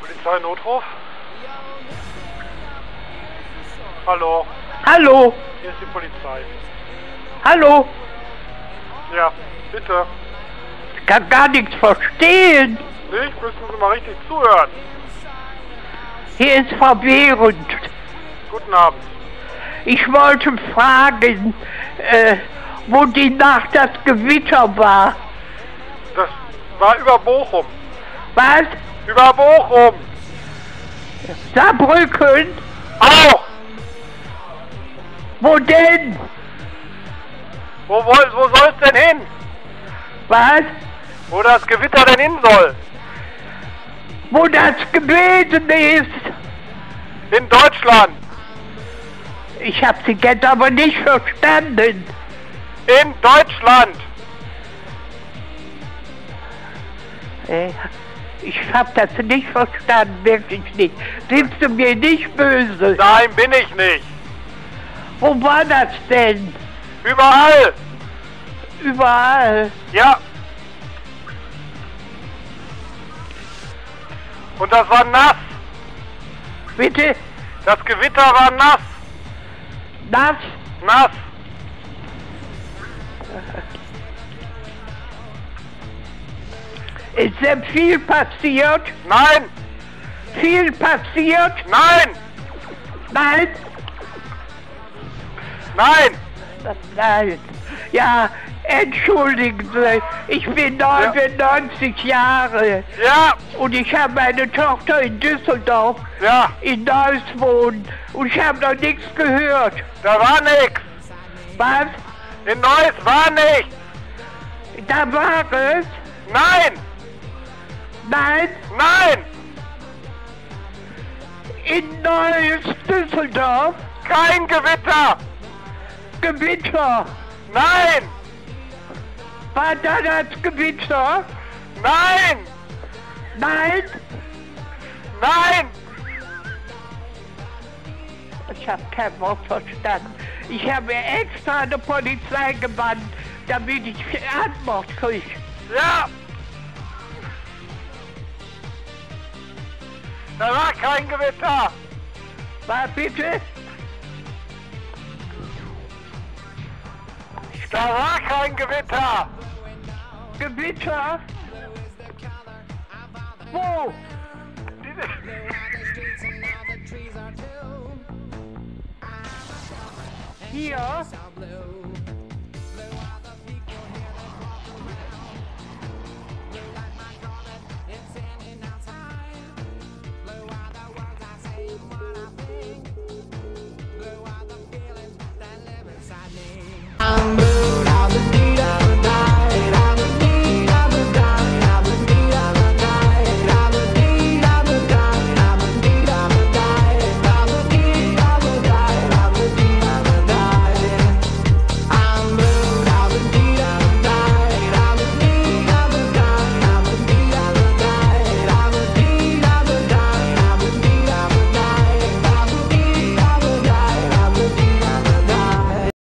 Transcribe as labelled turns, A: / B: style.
A: Polizei Notruf? Hallo,
B: Hallo,
A: hier ist die Polizei.
B: hallo,
A: Ja, bitte.
B: ich kann gar nichts verstehen.
A: Nicht? Müssen Sie mal richtig zuhören.
B: Hier ist verwirrend.
A: Guten Abend.
B: Ich wollte fragen, äh, wo die Nacht das Gewitter war.
A: Das war über Bochum.
B: Was?
A: Über Bochum!
B: Saarbrücken?
A: Auch!
B: Wo denn?
A: Wo, woll- wo soll es denn hin?
B: Was?
A: Wo das Gewitter denn hin soll?
B: Wo das gewesen ist?
A: In Deutschland!
B: Ich hab sie jetzt aber nicht verstanden.
A: In Deutschland!
B: Äh, Ich hab das nicht verstanden, wirklich nicht. Sind Sie mir nicht böse?
A: Nein, bin ich nicht!
B: Wo war das denn?
A: Überall!
B: Überall.
A: Ja! Und das war nass!
B: Bitte?
A: Das Gewitter war nass!
B: Das?
A: Nass!
B: Ist denn viel passiert?
A: Nein!
B: Viel passiert?
A: Nein!
B: Nein?
A: Nein!
B: Nein. Ja, entschuldigen Sie, ich bin 99 Jahre
A: Ja!
B: und ich habe meine Tochter in Düsseldorf
A: Ja!
B: in Neuss wohnen und ich habe noch nichts gehört.
A: Da war nix!
B: Was?
A: In Neuss war nichts!
B: Da war es?
A: Nein!
B: Nein,
A: Nein!
B: in Neuss, Düsseldorf,
A: Kein Gewitter!
B: Gewitter.
A: Nein!
B: War da das Gewitter?
A: Nein!
B: Nein?
A: Nein!
B: Ich habe kein Wort verstanden. Ich habe extra eine Polizei gewandt, damit ich Antwort kriege.
A: Ja! Da war kein Gewitter!
B: War bitte?
A: Da war kein Gewitter!
B: Gewitter? Wo? Hier?